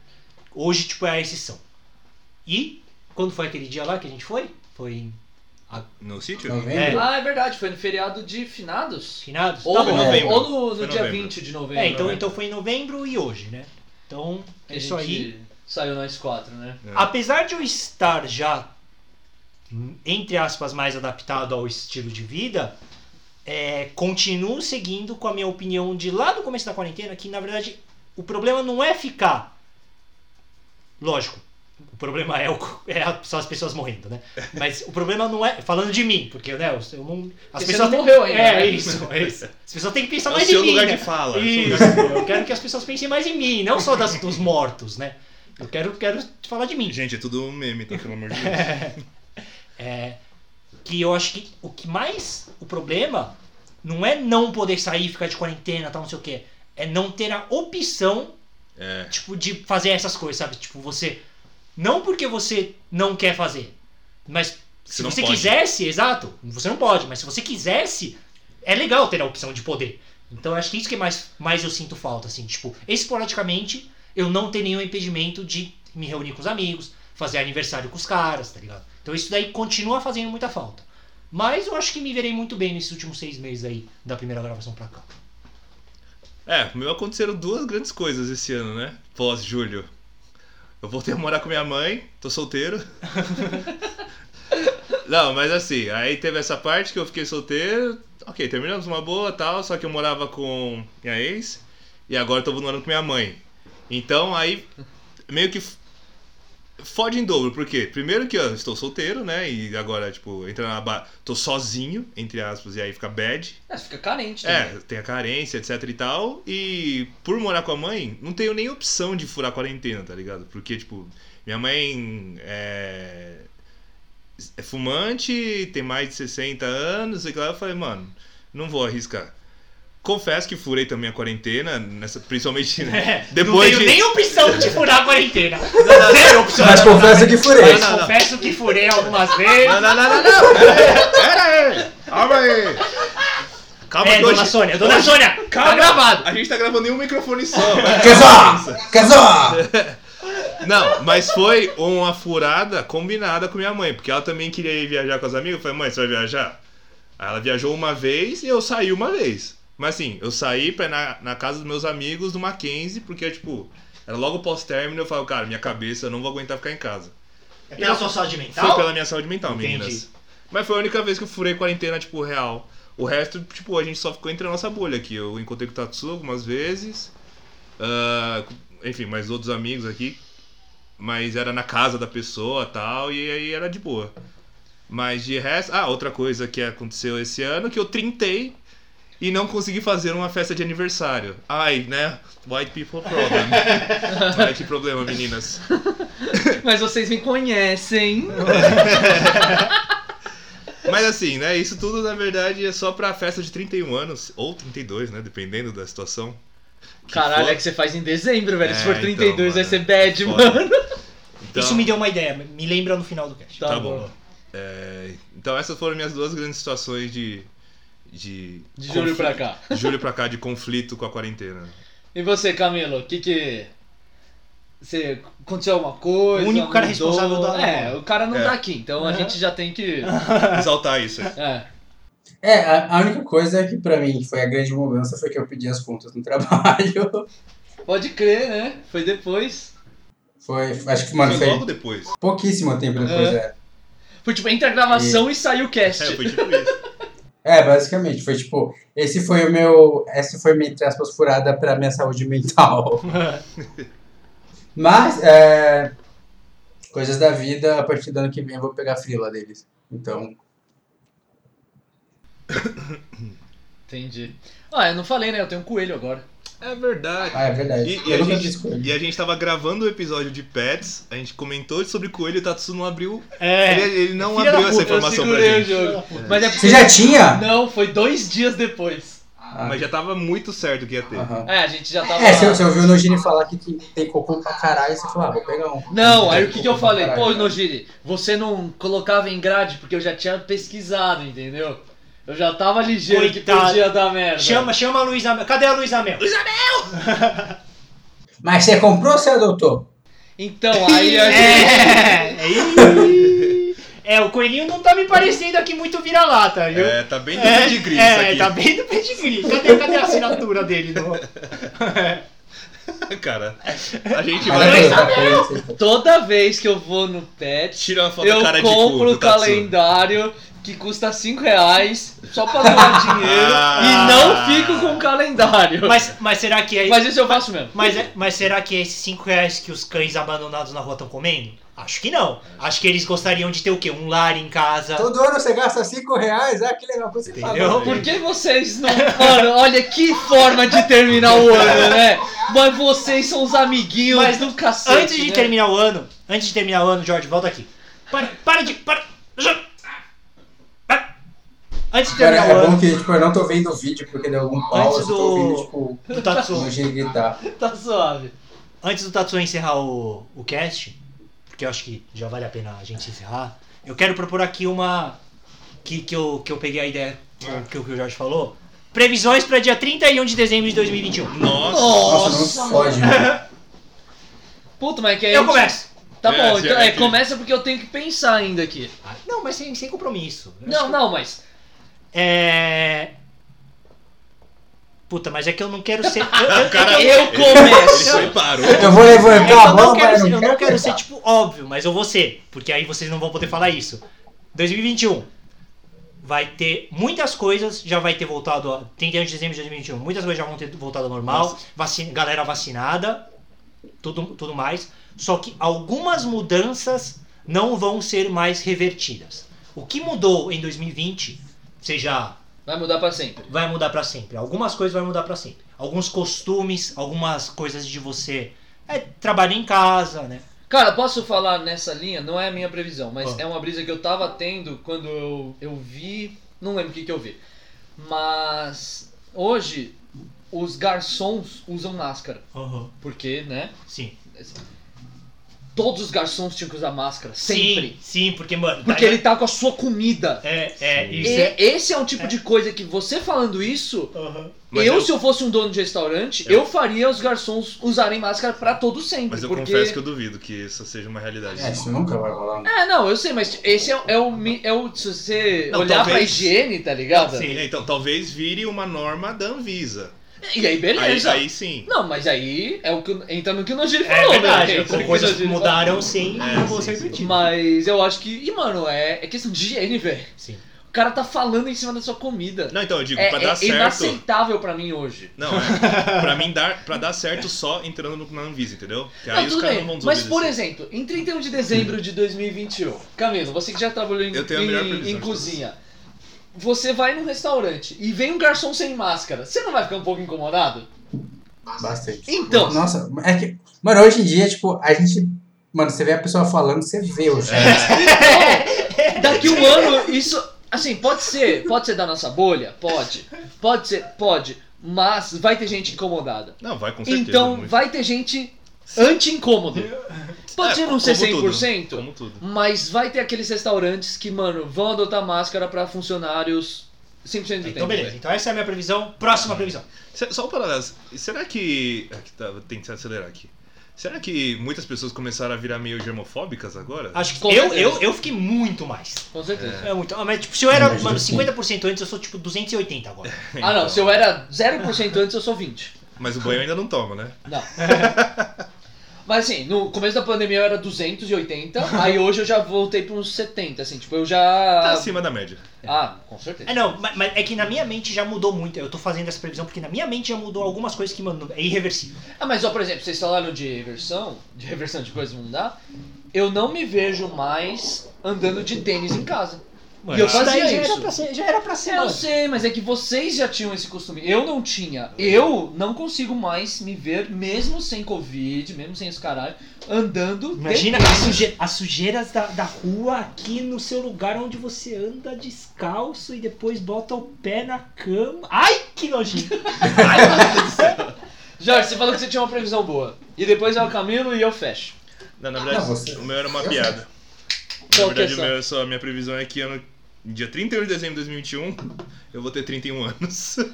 S4: Hoje, tipo, é a exceção. E quando foi aquele dia lá que a gente foi? Foi em
S1: No sítio?
S3: Novembro?
S2: Ah, é verdade, foi no feriado de finados?
S4: finados?
S2: Ou,
S4: Tá
S2: no-
S1: Foi
S4: bom.
S1: novembro.
S2: ou no, no
S1: Foi
S2: dia
S1: novembro.
S2: 20 de novembro.
S4: É, então,
S2: né?
S4: então foi em novembro e hoje, né? Então,
S2: Que
S4: é
S2: a
S4: isso aí.
S2: gente Saiu nós quatro, né?
S1: É.
S4: Apesar de eu estar já, entre aspas, mais adaptado ao estilo de vida, é, continuo seguindo com a minha opinião de lá do começo da quarentena, que na verdade o problema não é ficar. Lógico, o problema é, o, é a- são as pessoas morrendo, né? Mas o problema não é. Falando de mim, porque né, eu, eu não. As
S2: Porque você não
S4: têm-
S2: morreu ainda,
S4: É,
S2: né?
S4: isso, é isso. As pessoas têm que
S1: É
S4: pensar
S1: o
S4: mais
S1: seu
S4: em mim.
S1: lugar
S4: né?
S1: de fala.
S4: Isso, eu quero que as pessoas pensem mais em mim, não só das, dos mortos, né? Eu quero, quero falar de mim.
S1: Gente, é tudo um meme, tá? Pelo amor de Deus.
S4: Que eu acho que o que mais. O problema Não é não poder sair, ficar de quarentena, tal, não sei o quê. É não ter a opção,
S1: É.
S4: tipo, de fazer essas coisas, sabe? Tipo, você. Não porque você não quer fazer, mas se
S1: Você não
S4: você
S1: pode.
S4: quisesse, exato, você não pode, mas se você quisesse, é legal ter a opção de poder. Então eu acho que isso que mais, mais eu sinto falta, assim, tipo, esporadicamente eu não tenho nenhum impedimento de me reunir com os amigos, fazer aniversário com os caras, tá ligado? Então isso daí continua fazendo muita falta. Mas eu acho que me verei muito bem nesses últimos seis meses aí, da primeira gravação pra cá.
S1: É, meu aconteceram duas grandes coisas esse ano, né? Pós-julho. Eu voltei a morar com minha mãe, tô solteiro. Não, mas assim, aí teve essa parte que eu fiquei solteiro. Ok, terminamos uma boa tal, só que eu morava com minha ex e agora eu tô morando com minha mãe. Então aí meio que f- fode em dobro, por quê? Primeiro que eu estou solteiro, né? E agora, tipo, entra na ba... tô sozinho, entre aspas, e aí fica bad.
S2: É, você fica carente também.
S1: É, tem a carência, etc e tal. E por morar com a mãe, não tenho nem opção de furar a quarentena, tá ligado? Porque, tipo, minha mãe é, é fumante, tem mais de 60 anos, sei lá. Eu falei, mano, não vou arriscar. Confesso que furei também a quarentena, nessa, principalmente né,
S4: É, não
S1: depois
S4: tenho
S1: de.
S4: nem opção de furar a quarentena. Zero opção.
S3: Mas confesso
S4: de furar a
S3: que furei.
S4: Mas
S1: Não, não, não.
S4: confesso que furei algumas
S1: Ah,
S4: vezes.
S1: Não, não, não, não, não! Pera aí! Pera aí! Calma aí! Calma
S4: É,
S1: que
S4: dona
S1: hoje-
S4: Sônia, dona Sônia,
S1: Calma.
S4: tá gravado.
S1: A gente tá gravando em um microfone só. vai.
S3: Casar! Casar!
S1: Não, mas foi uma furada combinada com minha mãe, porque ela também queria ir viajar com as amigas. Eu falei, mãe, você vai viajar? Aí ela viajou uma vez e eu saí uma vez. Mas assim, eu saí pra ir na, na casa dos meus amigos do Mackenzie, porque, tipo, era logo pós-término eu falo, cara, minha cabeça, eu não vou aguentar ficar em casa.
S4: É pela sua saúde mental?
S1: Foi pela minha saúde mental,
S4: Entendi.
S1: meninas. Mas foi a única vez que eu furei quarentena, tipo, real. O resto, tipo, a gente só ficou entre a nossa bolha aqui. Eu encontrei com o Tatsu algumas vezes. ah, com- enfim, mais outros amigos aqui. Mas era na casa da pessoa tal, e aí era de boa. Mas de resto. Ah, outra coisa que aconteceu esse ano que eu trintei e não consegui fazer uma festa de aniversário. Ai, né? White people problem. Ai, que problema, meninas.
S2: Mas vocês me conhecem.
S1: Mas assim, né? Isso tudo na verdade é só pra festa de 31 anos, ou 32, né? Dependendo da situação. Que
S2: Caralho,
S1: for.
S2: é que você faz em dezembro, velho. Se
S1: É,
S2: for
S1: então,
S2: 32, vai
S1: mano.
S2: ser bad,
S1: Foda.
S2: mano.
S1: Então,
S4: Isso me deu uma ideia, me lembra no final do cast.
S2: Tá,
S1: Tá
S2: bom.
S1: bom. É, então essas foram minhas duas grandes situações de. De,
S2: De julho pra cá.
S1: De julho pra cá, de conflito com a quarentena.
S2: E você, Camilo, o que que. Você aconteceu alguma coisa?
S4: O único cara responsável da-
S2: É, o cara não
S1: É.
S2: tá aqui, então a
S4: Uhum.
S2: gente já tem que.
S1: Exaltar isso.
S2: É.
S3: É, a, a única coisa que pra mim foi a grande mudança foi que eu pedi as contas no trabalho.
S2: Pode crer, né? Foi depois.
S3: Foi, acho que, mano,
S1: foi
S3: foi
S1: logo depois.
S3: pouquíssimo tempo depois, é.
S2: Foi tipo, entre a gravação e, saiu o cast.
S1: É, foi tipo isso.
S3: É, basicamente, foi tipo, esse foi o meu, essa foi minha, entre aspas, furada pra minha saúde mental. Mas, é, coisas da vida, a partir do ano que vem eu vou pegar a frila deles. Então,
S2: Entendi. Ah, eu não falei, né? Eu tenho um coelho agora.
S1: É verdade.
S3: ah, é verdade.
S1: E, e
S3: eu
S1: a
S3: nunca
S1: gente,
S3: disse com ele.
S1: e a gente tava gravando o episódio de Pets, a gente comentou sobre coelho e o Tatsu não abriu.
S4: É.
S1: Ele, ele não
S2: Filha da
S1: abriu essa
S2: puta, eu
S1: informação pra
S2: segurei o
S1: gente.
S2: jogo. Mas é
S3: Você
S2: porque.
S3: já tinha?
S2: Não, foi dois dias depois.
S3: Ah,
S1: Mas já tava muito certo que ia ter.
S3: aham.
S2: É, a gente já tava.
S3: É, você, você ouviu o Nogini falar que que tem cocô pra caralho, você falou, ah, vou pegar um.
S2: Não, aí
S3: Tem
S2: o que, que eu
S3: cocô pra
S2: falei?
S3: caralho,
S2: Pô,
S3: né?
S2: Nogiri, você não colocava em grade porque eu já tinha pesquisado, entendeu? Eu já tava ligeiro que
S4: Coitado.
S2: podia dar
S1: tá.
S2: merda.
S4: Chama, chama a Luísa Mel. Cadê a Luísa Mel?
S3: Mas você comprou ou você adotou?
S2: Então, aí a gente.
S4: É. É, o coelhinho não tá me parecendo aqui muito vira-lata, viu?
S1: É, tá bem dentro de gris
S4: é,
S1: aqui.
S4: tá bem do pedigree. Cadê, cadê a assinatura dele? no-
S1: Cara, a gente
S3: Mas né?
S1: vai.
S3: adotou, foi isso.
S2: Toda vez que eu vou no pet,
S1: Tira uma foto
S2: eu
S1: da cara de tá cu
S2: compro
S1: do
S2: o
S1: Tatsu.
S2: calendário que custa 5 reais só pra ganhar dinheiro e não
S1: Ah.
S2: fico com o calendário. Mas,
S4: Mas, mas será que é.
S2: isso eu faço mesmo.
S4: Mas, é- mas será que é esses 5 reais que os cães abandonados na rua estão comendo? Acho que não. Acho que eles gostariam de ter o quê? Um lar em casa.
S3: Todo ano você gasta 5 reais, ah, que legal, você
S4: Entendeu?
S3: falou.
S2: Por que vocês não. Mano, olha que forma de terminar o ano, né? Mas vocês são os amiguinhos
S4: Mas
S2: do cacete.
S4: Antes de
S2: né?
S4: terminar o ano, antes de terminar o ano, Jorge, volta aqui. Para, para de. Para. Já. Para. Ah. Antes de
S3: Cara,
S4: terminar o
S3: é bom
S4: ano
S3: que tipo, eu não tô vendo o vídeo porque deu algum pau, eu
S4: Antes
S3: só tô
S4: do-
S3: ouvindo, tipo,
S4: do Tatsu,
S3: o Jin gritar.
S2: Tá suave.
S4: antes do Tatsu encerrar o, o cast, porque eu acho que já vale a pena a gente encerrar, eu quero propor aqui uma. que, que, eu, que eu peguei a ideia com o que, o que o Jorge falou. Previsões para dia 31 de dezembro de 2021.
S1: Nossa.
S2: Nossa.
S3: Nossa, não fode, mano.
S2: Puta, mas é que aí. a
S4: Eu
S2: gente-
S4: começo!
S2: Tá
S1: É,
S2: bom,
S1: se
S2: então
S1: é
S2: é,
S1: que-
S2: começa porque eu tenho que pensar ainda aqui.
S4: Ah, Não, mas sem, sem compromisso. Eu acho
S2: Não,
S4: que-
S2: não, mas.
S4: É. Puta, mas é que eu não quero ser. eu- eu-
S1: Cara,
S2: Eu
S1: Ele
S2: começo!
S1: só aí parou.
S3: Eu vou
S4: Eu
S3: levantar a
S4: só não
S3: bola,
S4: quero,
S3: mas
S4: ser, eu não quero ser
S3: levantar.
S4: tipo óbvio, mas eu vou ser, porque aí vocês não vão poder falar isso. 2021 vai ter muitas coisas, já vai ter voltado a 31 de dezembro de 2021, muitas coisas já vão ter voltado ao normal, vacina, galera vacinada, tudo, tudo mais. Só que algumas mudanças não vão ser mais revertidas. O que mudou em 2020, seja
S2: Vai mudar pra sempre.
S4: vai mudar pra sempre. Algumas coisas vai mudar pra sempre. Alguns costumes, algumas coisas de você é, trabalhar em casa, né?
S2: Cara, posso falar nessa linha? Não é a minha previsão, mas
S4: Ah.
S2: é uma brisa que eu tava tendo quando eu, eu vi. Não lembro o que, que eu vi. Mas. Hoje, os garçons usam máscara. Porque, né?
S4: Sim.
S2: Todos os garçons tinham que usar máscara. Sempre.
S4: Sim, sim, porque, mano.
S2: Porque ele tá com a sua comida.
S4: É, é,
S2: E
S4: isso é.
S2: esse é um tipo de coisa que você falando isso,
S4: Aham.
S1: Mas
S2: eu,
S1: eu-
S2: se eu fosse um dono de restaurante, eu, faria os garçons usarem máscara pra todo sempre.
S1: Mas eu
S2: porque...
S1: confesso que eu duvido que isso seja uma realidade.
S3: É, isso nunca vai rolar. mano.
S2: É, não, eu sei, mas esse é, é o, mi- é o. Se você
S1: Não,
S2: olhar pra
S1: talvez-
S2: higiene, tá ligado?
S4: Sim.
S1: É, Então, talvez vire uma norma da Anvisa.
S2: E aí,
S1: Aí,
S2: beleza.
S1: aí sim.
S2: Não, mas aí é o que entra no que o Nogiri
S4: É
S2: falou,
S4: verdade,
S2: né?
S4: são coisas que mudaram sim
S1: É,
S4: e não vão
S1: sim,
S4: ser
S1: sim.
S4: repetidas.
S2: Mas eu acho que. E, mano, é, é questão de higiene, velho.
S4: Sim.
S2: O cara tá falando em cima da sua comida.
S1: Não, então eu digo,
S2: é
S1: pra
S2: é
S1: dar certo.
S2: inaceitável pra mim hoje.
S1: Não, é. pra mim dar, pra dar certo só entrando no- na Anvisa, entendeu? Que aí
S2: Não,
S1: os
S2: tudo
S1: caras
S2: bem.
S1: não vão
S2: Mas, por
S1: desobedecer. Hum.
S2: exemplo, em 31 de dezembro de 2021, Camilo, você que já trabalhou em,
S1: Eu tenho a melhor
S2: em-
S1: previsão
S2: em
S1: de
S2: cozinha, você vai num restaurante e vem um garçom sem máscara, você não vai ficar um pouco incomodado?
S3: Bastante.
S2: Então.
S3: Nossa, é que. Mano, hoje em dia, tipo, a gente. Mano, você vê a pessoa falando, você vê o chat.
S2: Então, daqui um ano, isso. Assim, pode ser, pode ser da nossa bolha? Pode. Pode ser, pode. Mas vai ter gente incomodada.
S1: Não, vai com certeza.
S2: Então
S1: muito.
S2: vai ter gente anti-incômodo. Pode
S1: É,
S2: não ser
S1: como tudo,
S2: 100%,
S1: Como tudo.
S2: Mas vai ter aqueles restaurantes que, mano, vão adotar máscara pra funcionários 100% do
S4: Então,
S2: tempo.
S4: beleza.
S2: velho.
S4: Então, essa é a minha previsão. Próxima previsão.
S1: Se- Só um paralelo. Será que. Aqui tá, tem que acelerar aqui. Será que muitas pessoas começaram a virar meio germofóbicas agora?
S4: Acho que
S2: Com
S4: eu,
S2: certeza.
S4: eu, eu fiquei muito mais.
S2: Com certeza.
S4: É muito. ah, Mas, tipo, se eu era,
S3: Imagina
S4: mano,
S3: assim.
S4: 50% antes, eu sou, tipo, 280 agora.
S1: É,
S2: Ah,
S1: então.
S2: não. Se eu era 0% antes, eu sou 20.
S1: Mas o banho ainda não toma, né?
S2: Não. Mas assim, no começo da pandemia eu era 280, aí hoje eu já voltei pra uns 70, assim, tipo, eu
S1: Tá
S2: já.
S1: acima da média.
S2: Ah, com
S4: É,
S2: certeza.
S4: não, mas, mas é que na minha mente já mudou muito. Eu tô fazendo essa previsão porque na minha mente já mudou algumas coisas que, mano, é irreversível.
S2: Ah, mas ó, por exemplo, vocês falaram de reversão, de reversão de coisas mudar. Eu não me vejo mais andando de tênis em casa. E eu
S4: Isso daí
S2: fazia
S4: já
S2: isso.
S4: Era pra ser, já era pra ser,
S2: Eu
S4: mano.
S2: sei, mas é que vocês já tinham esse costume. Eu não tinha. Eu não consigo mais me ver, mesmo sem Covid, mesmo sem os caralho, andando. de
S4: Imagina
S2: tênis.
S4: as, suje- as sujeiras da, da rua aqui no seu lugar onde você anda descalço e depois bota o pé na cama. Ai, que nojinho! Ai, meu Deus do céu.
S2: Jorge, você falou que você tinha uma previsão boa. E depois é o Camilo e eu fecho.
S1: Não, na verdade,
S3: Não, você-
S1: o meu era uma
S3: eu
S1: piada.
S2: Qual
S1: na
S2: que é
S1: verdade, o
S2: essa?
S1: meu é só, a minha previsão é que ano, dia 31 de dezembro de 2021 eu vou ter 31 anos.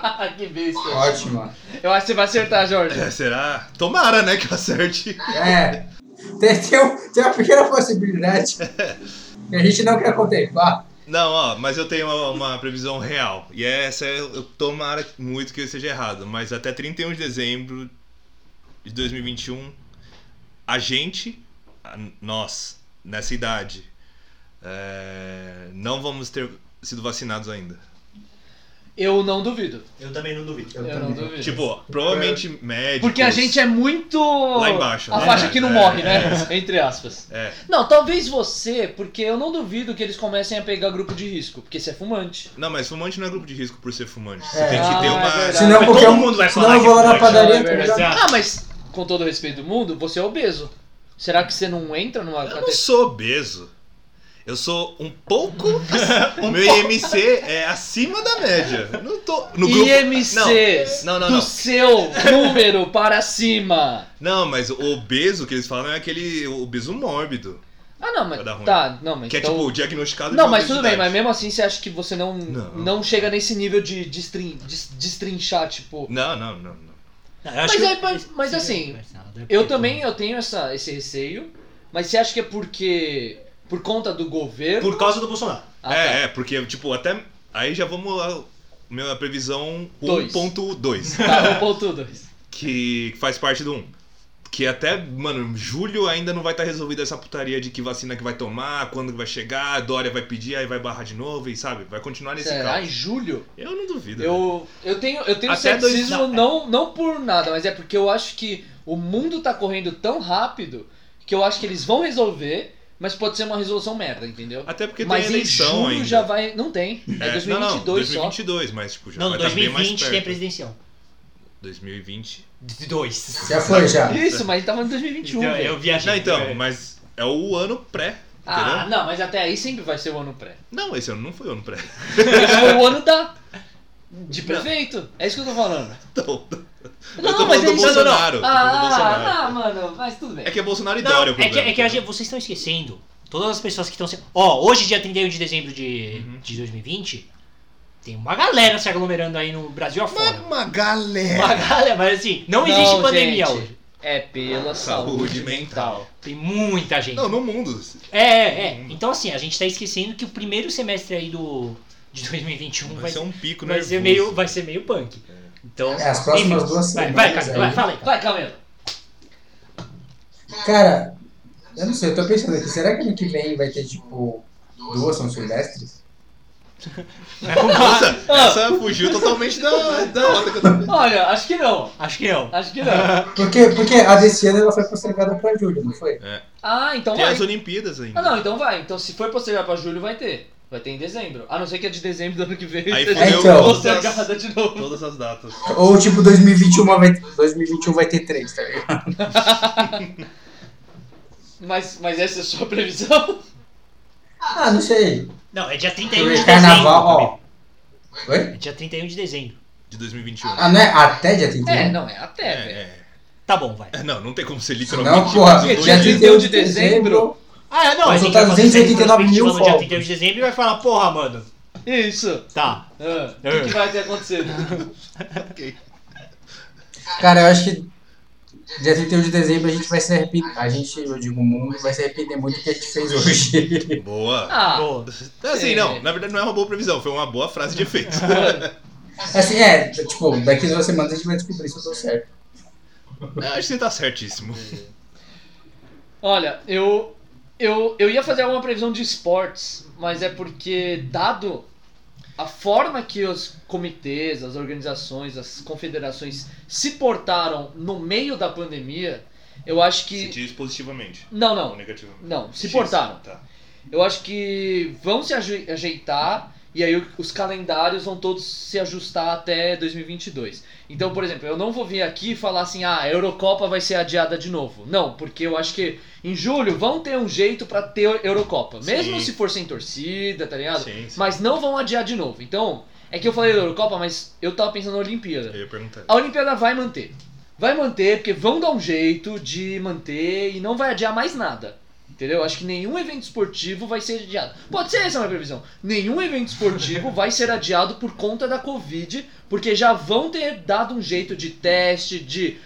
S2: Ah, que besta.
S3: Ótima.
S2: Eu acho que você vai acertar, Jorge.
S1: É, será? Tomara, né, que eu acerte.
S3: É. Tem, tem, um- tem uma pequena possibilidade que a gente não quer contemplar.
S1: Não, ó, mas eu tenho uma, uma previsão real. E essa é- eu tomara muito que eu seja errado, mas até 31 de dezembro de 2021, a gente, a- nós, nessa idade, é, não vamos ter sido vacinados ainda.
S2: Eu não duvido.
S4: Eu também não duvido.
S2: Eu, não duvido.
S1: Tipo, provavelmente médicos.
S2: Porque a gente é muito.
S1: Lá embaixo,
S2: A
S1: né?
S2: faixa que não
S1: É,
S2: morre, né? Entre aspas.
S1: É.
S2: Não, talvez você, porque eu não duvido que eles comecem a pegar grupo de risco, porque você é fumante.
S1: Não, mas fumante não é grupo de risco por ser fumante. Você
S3: É.
S1: tem que
S2: Ah,
S1: ter
S2: é
S1: uma.
S2: verdade.
S3: Senão
S4: Mas
S3: qualquer
S4: todo
S3: um-
S4: mundo vai
S3: senão
S4: falar
S3: eu
S4: que
S3: vou lá na
S4: pode.
S3: padaria.
S2: Não, é
S3: comprar-
S2: verdade.
S4: Exato.
S2: Ah, mas com todo o respeito do mundo, você é obeso. Será que você não entra numa
S1: Eu não
S2: categoria?
S1: sou obeso. Eu sou um pouco. meu IMC é acima da média. Não tô. No grupo.
S2: IMCs
S1: Não, não,
S2: do
S1: não.
S2: seu número para cima.
S1: Não, mas o obeso que eles falam é aquele obeso mórbido.
S2: Ah, não, mas
S1: Vai dar ruim.
S2: tá, não, mas
S1: Que é
S2: então-
S1: tipo diagnosticado
S2: Não,
S1: de
S2: mas tudo bem, mas
S1: obesidade.
S2: mesmo assim você acha que você não não,
S1: Não.
S2: chega nesse nível de destrin, des- destrinchar, tipo.
S1: Não, não, não. não.
S4: Não, eu acho
S2: Mas
S4: que-
S2: é- mas- mas assim, Eu também eu tenho essa, esse receio, mas você acha que é porque por conta do governo?
S4: Por causa do Bolsonaro.
S2: Ah,
S1: é,
S2: tá.
S1: é, porque, tipo, até. Aí já vamos lá. Minha previsão
S2: Dois.
S1: 1.2,
S2: Tá, um ponto dois.
S1: que faz parte do 1. Que até, mano, julho ainda não vai estar resolvida essa putaria de que vacina que vai tomar, quando que vai chegar, a Dória vai pedir, aí vai barrar de novo e sabe? Vai continuar nesse
S2: Será? Em
S1: caos.
S2: julho?
S1: Eu não duvido. né? velho.
S2: Eu, eu tenho, eu tenho
S1: Até dois-
S2: ceticismo
S4: não, é.
S2: não, não por nada, mas é porque eu acho que o mundo tá correndo tão rápido que eu acho que eles vão resolver, mas pode ser uma resolução merda, entendeu?
S1: Até porque
S2: mas
S1: tem eleição
S2: em julho
S1: ainda.
S2: já vai. Não tem. É,
S1: É,
S2: 2022,
S1: não, não,
S2: só.
S1: 2022, mas tipo, já
S4: Não,
S1: vai estar bem mais
S4: 2020
S1: perto.
S4: tem presidencial.
S1: 2020.
S4: De dois.
S3: Já foi, já.
S2: Isso, mas tá ele tava em 2021.
S4: Então,
S2: velho.
S4: eu viajei.
S1: Não, um, então,
S4: É.
S1: mas é o ano pré,
S2: Ah,
S1: entendeu?
S2: não, mas até aí sempre vai ser o ano pré.
S1: Não, esse ano não foi o ano pré.
S2: Esse foi o ano da. De prefeito. É isso que eu tô falando.
S1: Então, eu
S2: Não,
S1: tô
S2: mas
S1: falando
S2: é
S1: do
S2: ele já-
S1: Bolsonaro. tô falando do Bolsonaro.
S2: Ah, ah, mano, mas tudo bem.
S1: É que é Bolsonaro e
S4: Não,
S1: Dória o
S4: é que,
S1: problema.
S4: é que a gente- vocês estão esquecendo. Todas as pessoas que estão sendo. Ó, hoje, dia 31 de dezembro de,
S1: Uhum.
S4: de 2020, tem uma galera se aglomerando aí no Brasil afora.
S1: Mas
S4: Uma,
S1: uma galera.
S4: uma
S3: É.
S4: galera, mas assim, não, existe pandemia
S2: gente,
S4: hoje.
S2: É pela saúde,
S1: Saúde
S2: mental.
S4: Tem muita gente.
S1: Não, no mundo.
S4: É, é, é. Então, assim, a gente tá esquecendo que o primeiro semestre aí do, de 2021
S1: Vai,
S4: vai,
S1: ser um pico
S4: vai
S1: nervoso.
S4: ser meio, vai ser meio punk. Então,
S3: É, as próximas
S4: enfim,
S3: duas
S4: vai,
S3: semanas.
S4: vai, Camila, vai,
S3: aí.
S4: fala aí.
S2: Vai, Camilo.
S3: Cara, eu não sei, eu tô pensando aqui, será que ano que vem vai ter, tipo, duas São Silvestres?
S1: Nossa,
S2: Ah.
S1: essa fugiu totalmente da, da hora que eu tava...
S2: Olha, acho que não.
S4: Acho que não.
S2: Acho que não.
S3: Porque, porque a desse ano ela foi postergada pra julho, não foi?
S2: Ah, então
S1: Tem
S2: vai.
S1: as Olimpíadas ainda.
S2: Ah, não, então vai. Então se for postergar pra julho, vai ter. Vai ter em dezembro. A não ser que a de dezembro do ano que vem
S1: Aí
S2: seja
S1: fudeu
S3: então.
S2: postergada
S1: todas,
S2: de novo.
S1: todas as datas.
S3: Ou, tipo, 2021 vai, 2021 vai ter três, tá ligado?
S2: Mas, mas essa é a sua previsão?
S3: Ah, não sei.
S4: Não, é dia 31 de
S3: Porque
S4: dezembro.
S3: Carnaval, ó. Oi?
S4: É dia 31 de dezembro.
S1: De 2021.
S3: Ah, não é até dia 31?
S2: É, não, é até, velho.
S1: é,
S4: Tá bom, vai.
S1: é. Não, não tem como ser literalmente.
S3: Não, porra,
S1: mais um
S3: dia
S1: dois dias.
S3: 31 de
S2: de dezembro.
S3: dezembro.
S4: Ah, não,
S3: Vão
S4: a gente
S3: soltar
S4: vai fazer
S3: 289 mil
S4: retrospectiva no dia
S3: fogos.
S4: 31 de dezembro e vai falar, porra, mano,
S1: É,
S2: Isso.
S4: tá.
S2: Ah, O que, que vai ter acontecido?
S3: Cara, eu acho que dia 31 de dezembro a gente vai se arrepender. A gente, eu digo, o mundo vai se arrepender muito do que a gente fez hoje.
S1: Boa.
S2: Ah,
S4: Pô,
S1: Assim,
S2: É.
S1: não, na verdade não é uma boa previsão, foi uma boa frase de efeito.
S3: Assim, é, tipo, daqui duas semanas a gente vai descobrir se eu tô certo.
S1: Eu Acho que você tá certíssimo.
S2: Olha, eu, eu, eu ia fazer alguma previsão de esportes, mas é porque, dado a forma que os comitês, as organizações, as confederações se portaram no meio da pandemia, eu acho
S1: Se né?
S2: que.
S1: diz positivamente.
S2: Não,
S1: Ou
S2: não.
S1: negativamente.
S2: Não, se
S1: X,
S2: portaram.
S1: Tá.
S2: Eu acho que vão se aje- ajeitar e aí o- os calendários vão todos se ajustar até 2022. Então, por exemplo, eu não vou vir aqui e falar assim, ah, a Eurocopa vai ser adiada de novo. Não, porque eu acho que em julho vão ter um jeito pra ter Eurocopa, mesmo
S1: Sim.
S2: se for sem torcida, tá ligado?
S1: Sim, sim.
S2: Mas não vão adiar de novo. Então, é que eu falei da Eurocopa, mas eu tava pensando na Olimpíada.
S1: Eu ia perguntar.
S2: A Olimpíada vai manter. Vai manter, porque vão dar um jeito de manter e não vai adiar mais nada. Entendeu? Acho que nenhum evento esportivo vai ser adiado. Pode ser essa a minha previsão. Nenhum evento esportivo vai ser adiado por conta da Covid, porque já vão ter dado um jeito de teste, de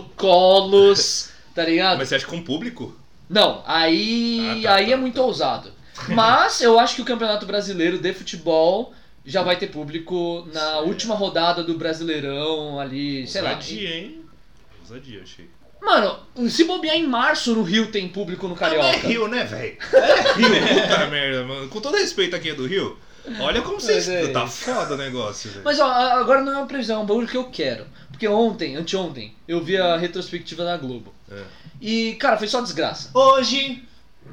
S2: protocolos, tá ligado?
S1: Mas você acha com o público?
S2: Não, aí,
S1: Ah, tá,
S2: aí
S1: tá,
S2: é muito
S1: tá.
S2: ousado. Mas eu acho que o Campeonato Brasileiro de Futebol já vai ter público na
S1: Certo.
S2: última rodada do Brasileirão ali, sei lá.
S1: Ousadia, hein? Ousadia, achei.
S2: Mano, se bobear em março no Rio tem público no
S1: Ah, mas é
S2: Carioca.
S1: Rio, né, velho? É Rio, puta merda, mano. Com todo respeito aqui é do Rio, olha como
S2: Mas
S1: vocês.
S2: é
S1: Tá
S2: isso.
S1: foda o negócio, velho.
S2: Mas ó, agora não é uma previsão, é um bagulho que eu quero. Porque ontem, anteontem, eu vi a retrospectiva da Globo.
S1: É.
S2: E, cara, foi só desgraça.
S4: hoje,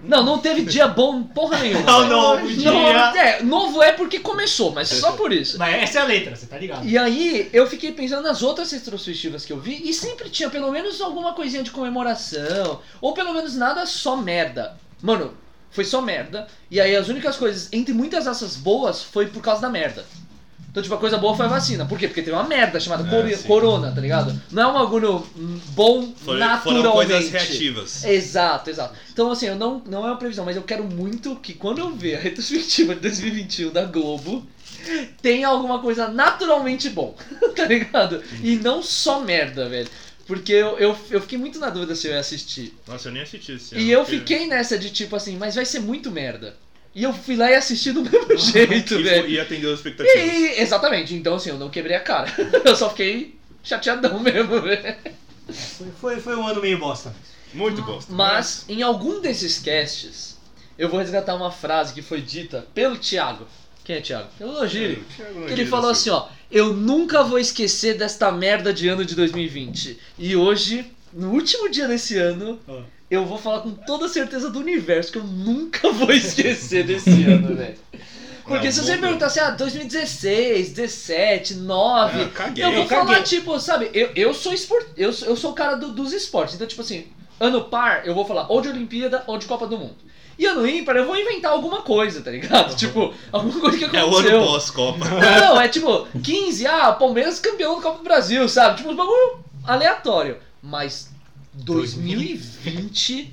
S2: Não, não teve dia bom porra nenhuma.
S4: ao
S2: velho.
S4: novo
S2: Não,
S4: dia.
S2: é, novo é porque começou, mas só por isso.
S4: Mas essa é a letra, você tá ligado?
S2: E aí, eu fiquei pensando nas outras retrospectivas que eu vi e sempre tinha pelo menos alguma coisinha de comemoração, ou pelo menos nada só merda. Mano, foi só merda. E aí as únicas coisas, entre muitas dessas boas, foi por causa da merda. Então, tipo, a coisa boa foi a vacina. Por quê? Porque teve uma merda
S1: É,
S2: chamada cori-
S1: sim.
S2: corona, tá ligado? Não é um bagulho hum, bom
S1: Foram-
S2: naturalmente.
S1: Foram coisas reativas.
S2: Exato, exato. Então, assim, eu não, não é uma previsão, mas eu quero muito que quando eu ver a retrospectiva de 2021 da Globo, tenha alguma coisa naturalmente bom, tá ligado? E não só merda, velho. Porque eu, eu, eu fiquei muito na dúvida se eu ia assistir.
S1: Nossa, eu nem assisti esse ano,
S2: E eu
S1: porque-
S2: fiquei nessa de tipo assim, mas vai ser muito merda. E eu fui lá e assisti do mesmo jeito,
S1: e,
S2: velho.
S1: foi- e é atendeu as
S2: E,
S1: expectativas.
S2: e- exatamente, então assim, eu não quebrei a cara. Eu só fiquei chateadão mesmo, velho.
S4: Foi, foi, foi um ano meio bosta.
S1: Muito bosta.
S2: Mas em algum desses casts, eu vou resgatar uma frase que foi dita pelo Thiago. Quem é Thiago? Pelo Logiri. Que Ele falou assim, ó, eu nunca vou esquecer desta merda de ano de 2020. E hoje, no último dia desse ano,
S4: Ah.
S2: eu vou falar com toda certeza do universo que eu nunca vou esquecer desse ano, velho. Porque
S1: Ah,
S2: se
S1: bom,
S2: você
S1: né?
S2: perguntar assim, ah, 2016, 17, 9,
S1: Ah, caguei.
S2: eu vou
S4: eu
S2: falar,
S4: caguei.
S2: tipo, sabe, eu, eu sou esport... eu, sou- eu sou o cara do- dos esportes. Então, tipo assim, ano par, eu vou falar ou de Olimpíada ou de Copa do Mundo. E ano ímpar, eu vou inventar alguma coisa, tá ligado? Tipo, alguma coisa que
S1: Uhum. É o
S2: aconteceu.
S1: ano pós-Copa.
S2: Não, é tipo, 15, ah, Palmeiras campeão da Copa do Brasil, sabe? Tipo, um bagulho aleatório. Mas 2020,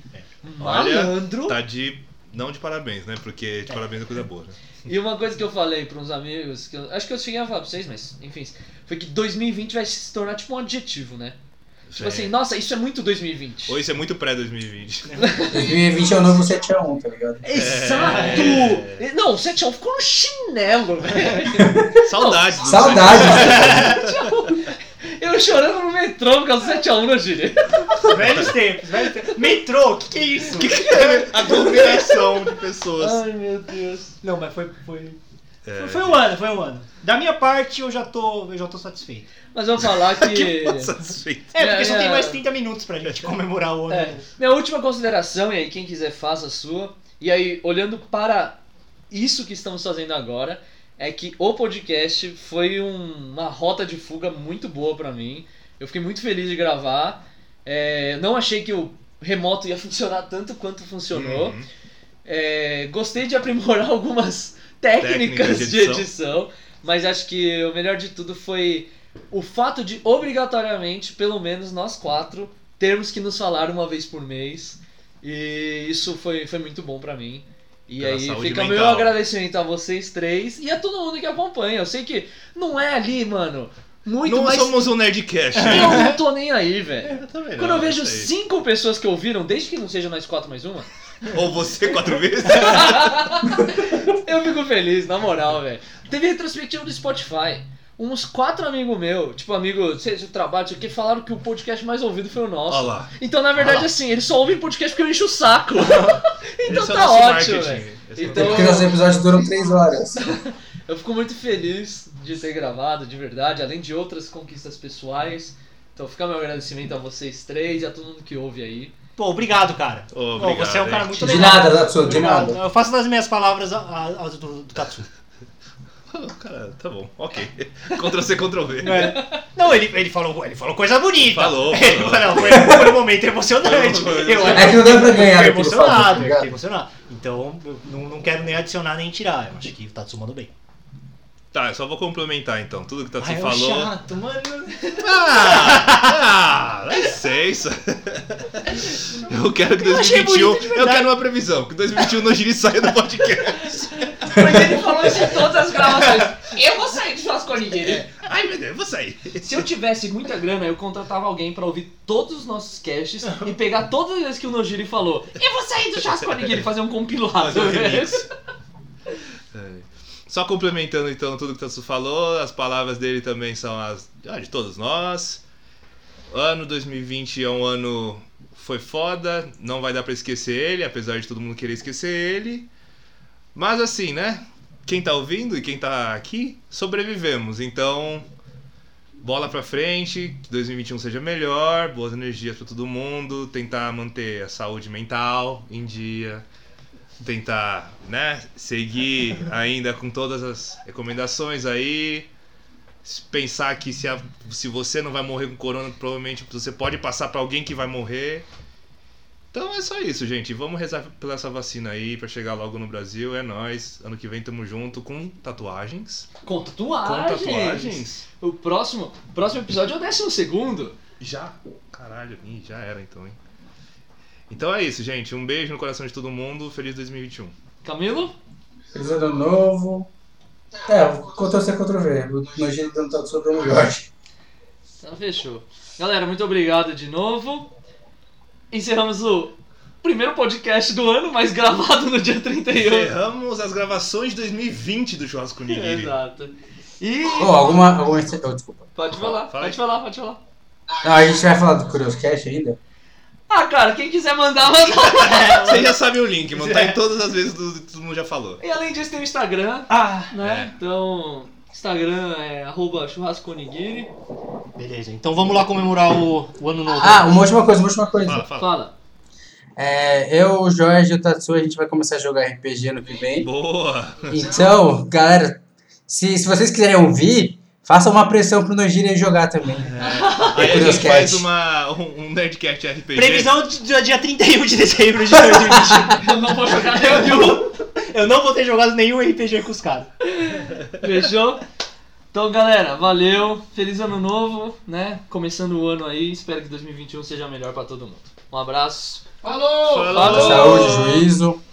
S1: Olha,
S2: malandro.
S1: Tá de. Não de parabéns, né? Porque de parabéns é coisa boa. Né?
S2: E uma coisa que eu falei pra uns amigos, que eu- acho que eu cheguei a falar pra vocês, mas enfim, foi que 2020 vai se tornar tipo um adjetivo, né? Tipo assim, nossa, isso é muito 2020.
S1: Ou isso é muito pré-2020.
S3: 2020 é o novo 7x1, tá ligado?
S2: é. Exato! Não, o 7 x ficou no chinelo, velho.
S1: Saudades. do
S3: Saudades!
S2: Eu chorando no metrô por causa do 7x1 no Gíria.
S4: Velhos tempos, velhos tempos. Metrô, o que, que é isso?
S1: Aglomeração de pessoas.
S2: Ai, meu Deus.
S4: Não, mas foi, foi,
S1: É.
S4: foi um ano, foi um ano. Da minha parte, eu já tô, eu já tô satisfeito.
S2: Mas eu vou falar que...
S1: Satisfeito.
S4: É, porque
S2: É,
S4: só
S2: é.
S4: tem mais 30 minutos pra gente comemorar o ano.
S2: É, minha última consideração, e aí quem quiser faça a sua. E aí, olhando para isso que estamos fazendo agora, é que o podcast foi um- uma rota de fuga muito boa pra mim. Eu fiquei muito feliz de gravar. É, não achei que o remoto ia funcionar tanto quanto funcionou.
S1: Uhum.
S2: É, gostei de aprimorar algumas técnicas
S1: Técnicas de
S2: de
S1: edição.
S2: edição, mas acho que o melhor de tudo foi o fato de, obrigatoriamente, pelo menos nós quatro, termos que nos falar uma vez por mês. E isso foi, foi muito bom pra mim. E
S1: Pela
S2: aí
S1: saúde
S2: fica
S1: mental.
S2: meu agradecimento a vocês três e a todo mundo que acompanha. Eu sei que não é ali, mano, muito
S1: Não
S2: mais.
S1: somos um Nerdcast.
S2: Eu não tô nem aí, velho.
S1: Eu também
S2: Quando
S1: não,
S2: eu vejo
S1: não sei.
S2: cinco pessoas que ouviram, desde que não seja mais quatro mais uma,
S1: Ou você quatro vezes?
S2: Eu fico feliz, na moral, velho. Teve retrospectiva do Spotify. Uns quatro amigos meus, tipo amigo, seja do trabalho, sei o que, falaram que o podcast mais ouvido foi o nosso.
S1: Olha lá.
S2: Então, na verdade,
S1: Ah.
S2: assim, eles só ouvem podcast porque eu encho o saco. então
S1: Esse é o
S2: tá
S1: nosso
S2: ótimo, velho.
S1: marketing. Esse é o
S2: Então-
S3: Até porque nossos episódios duram 3 horas.
S2: Eu fico muito feliz de ter gravado, de verdade, além de outras conquistas pessoais. Então fica meu agradecimento a vocês três e a todo mundo que ouve aí.
S4: Pô, obrigado, cara.
S1: Ô,
S4: Pô, você é um
S1: obrigado,
S4: cara
S1: hein.
S4: muito
S3: De
S4: legal.
S3: nada, Zatsu, de
S4: Obrigado.
S3: nada.
S4: Eu faço das minhas palavras a- a- as do, do Tatsu.
S1: Cara, tá bom, ok. Ctrl C, Ctrl V.
S4: É. Não, ele, ele, falou, ele falou coisa bonita.
S1: Falou,
S4: Ele
S1: falou.
S4: não, foi, foi um momento emocionante.
S1: Foi, um foi,
S4: Eu
S1: foi.
S3: É que não deu pra ganhar
S4: fiquei
S3: aquele fato, tá
S4: emocionado, eu fiquei
S3: ligado?
S4: emocionado. Então, eu não, não quero nem adicionar nem tirar. Eu acho que o Tatsu mandou bem.
S1: Tá, eu só vou complementar então. Tudo que tá
S4: Ai,
S1: se
S4: é um
S1: falou.
S4: chato, mano.
S1: Ah, ah, dá licença. Eu quero que
S4: Eu
S1: 2021.
S4: achei bonito de
S1: Eu,
S4: verdade.
S1: quero uma previsão. Que 2021 não gire um saia do podcast.
S2: Mas ele falou isso em todas as gravações. Eu vou sair de né? Flasconigueira.
S1: Ai, meu Deus, eu vou sair.
S2: Se eu tivesse muita grana, eu contratava alguém pra ouvir todos os nossos casts e pegar todas as vezes que o Nojiri falou. Eu vou sair do Jasper Nigueira e fazer um compilado.
S1: Fazer um remix. É. Só complementando então tudo que o Tatsu falou, as palavras dele também são as ah, de todos nós. Ano 2020 é um ano foi foda, não vai dar pra esquecer ele, apesar de todo mundo querer esquecer ele. Mas assim, né? Quem tá ouvindo e quem tá aqui, sobrevivemos. Então, bola pra frente, que 2021 seja melhor, boas energias pra todo mundo, tentar manter a saúde mental em dia, tentar, né, seguir ainda com todas as recomendações aí. se Pensar que se, a- se você não vai morrer com corona, provavelmente você pode passar pra alguém que vai morrer. Então é só isso, gente. Vamos rezar pela essa vacina aí pra chegar logo no Brasil. É nóis. Ano que vem tamo junto com tatuagens.
S2: Com
S1: Com
S2: tatuagens.
S1: tatuagens.
S2: O próximo, próximo episódio é o décimo segundo.
S1: Já? Caralho, ih, já era então, hein? Então é isso, gente. Um beijo no coração de todo mundo. Feliz 2021.
S2: Camilo?
S3: Feliz ano novo. É, Ctrl C, Ctrl V. O nojento dando tanto sobre o melhor.
S2: Então fechou. Galera, muito obrigado de novo. Encerramos o primeiro podcast do ano, mas gravado no dia 31.
S1: Encerramos as gravações de 2020 do Churrasco Nigiri.
S2: Exato. E.
S3: Ô, alguma. alguma... Oh, desculpa.
S2: Pode falar,
S1: Fala aí.
S2: pode falar, pode falar.
S3: Não, a gente vai falar do Curioscast ainda?
S2: Ah, cara, quem quiser mandar, manda.
S1: Vocês já sabem o link, mano. Tá em todas as vezes do todo mundo já falou.
S2: E além disso, tem o Instagram,
S4: Ah,
S2: né?
S1: É.
S2: Então, Instagram é arroba churrasconigiri.
S4: beleza. Então vamos lá comemorar o, o ano novo.
S3: Ah, uma última coisa, uma última coisa.
S1: Fala, fala.
S2: Fala.
S3: É, eu, o Jorge e o Tatsu, a gente vai começar a jogar RPG ano que vem.
S1: Boa!
S3: Então, galera, se, se vocês quiserem ouvir, façam uma pressão pro Nojira jogar também.
S1: É. Aí a gente
S3: Curioscast.
S1: faz uma, um, um Nerdcast RPG.
S4: Previsão de- do dia 31 de dezembro de 2020.
S2: Eu não vou jogar
S4: eu,
S2: nenhum.
S4: não, um. eu não vou ter jogado nenhum RPG com os caras.
S2: Fechou? Então, galera, valeu. Feliz ano novo, né? Começando o ano aí. Espero que 2021 seja melhor pra todo mundo. Um abraço.
S1: Falou!
S2: Falou!
S3: Saúde, juízo.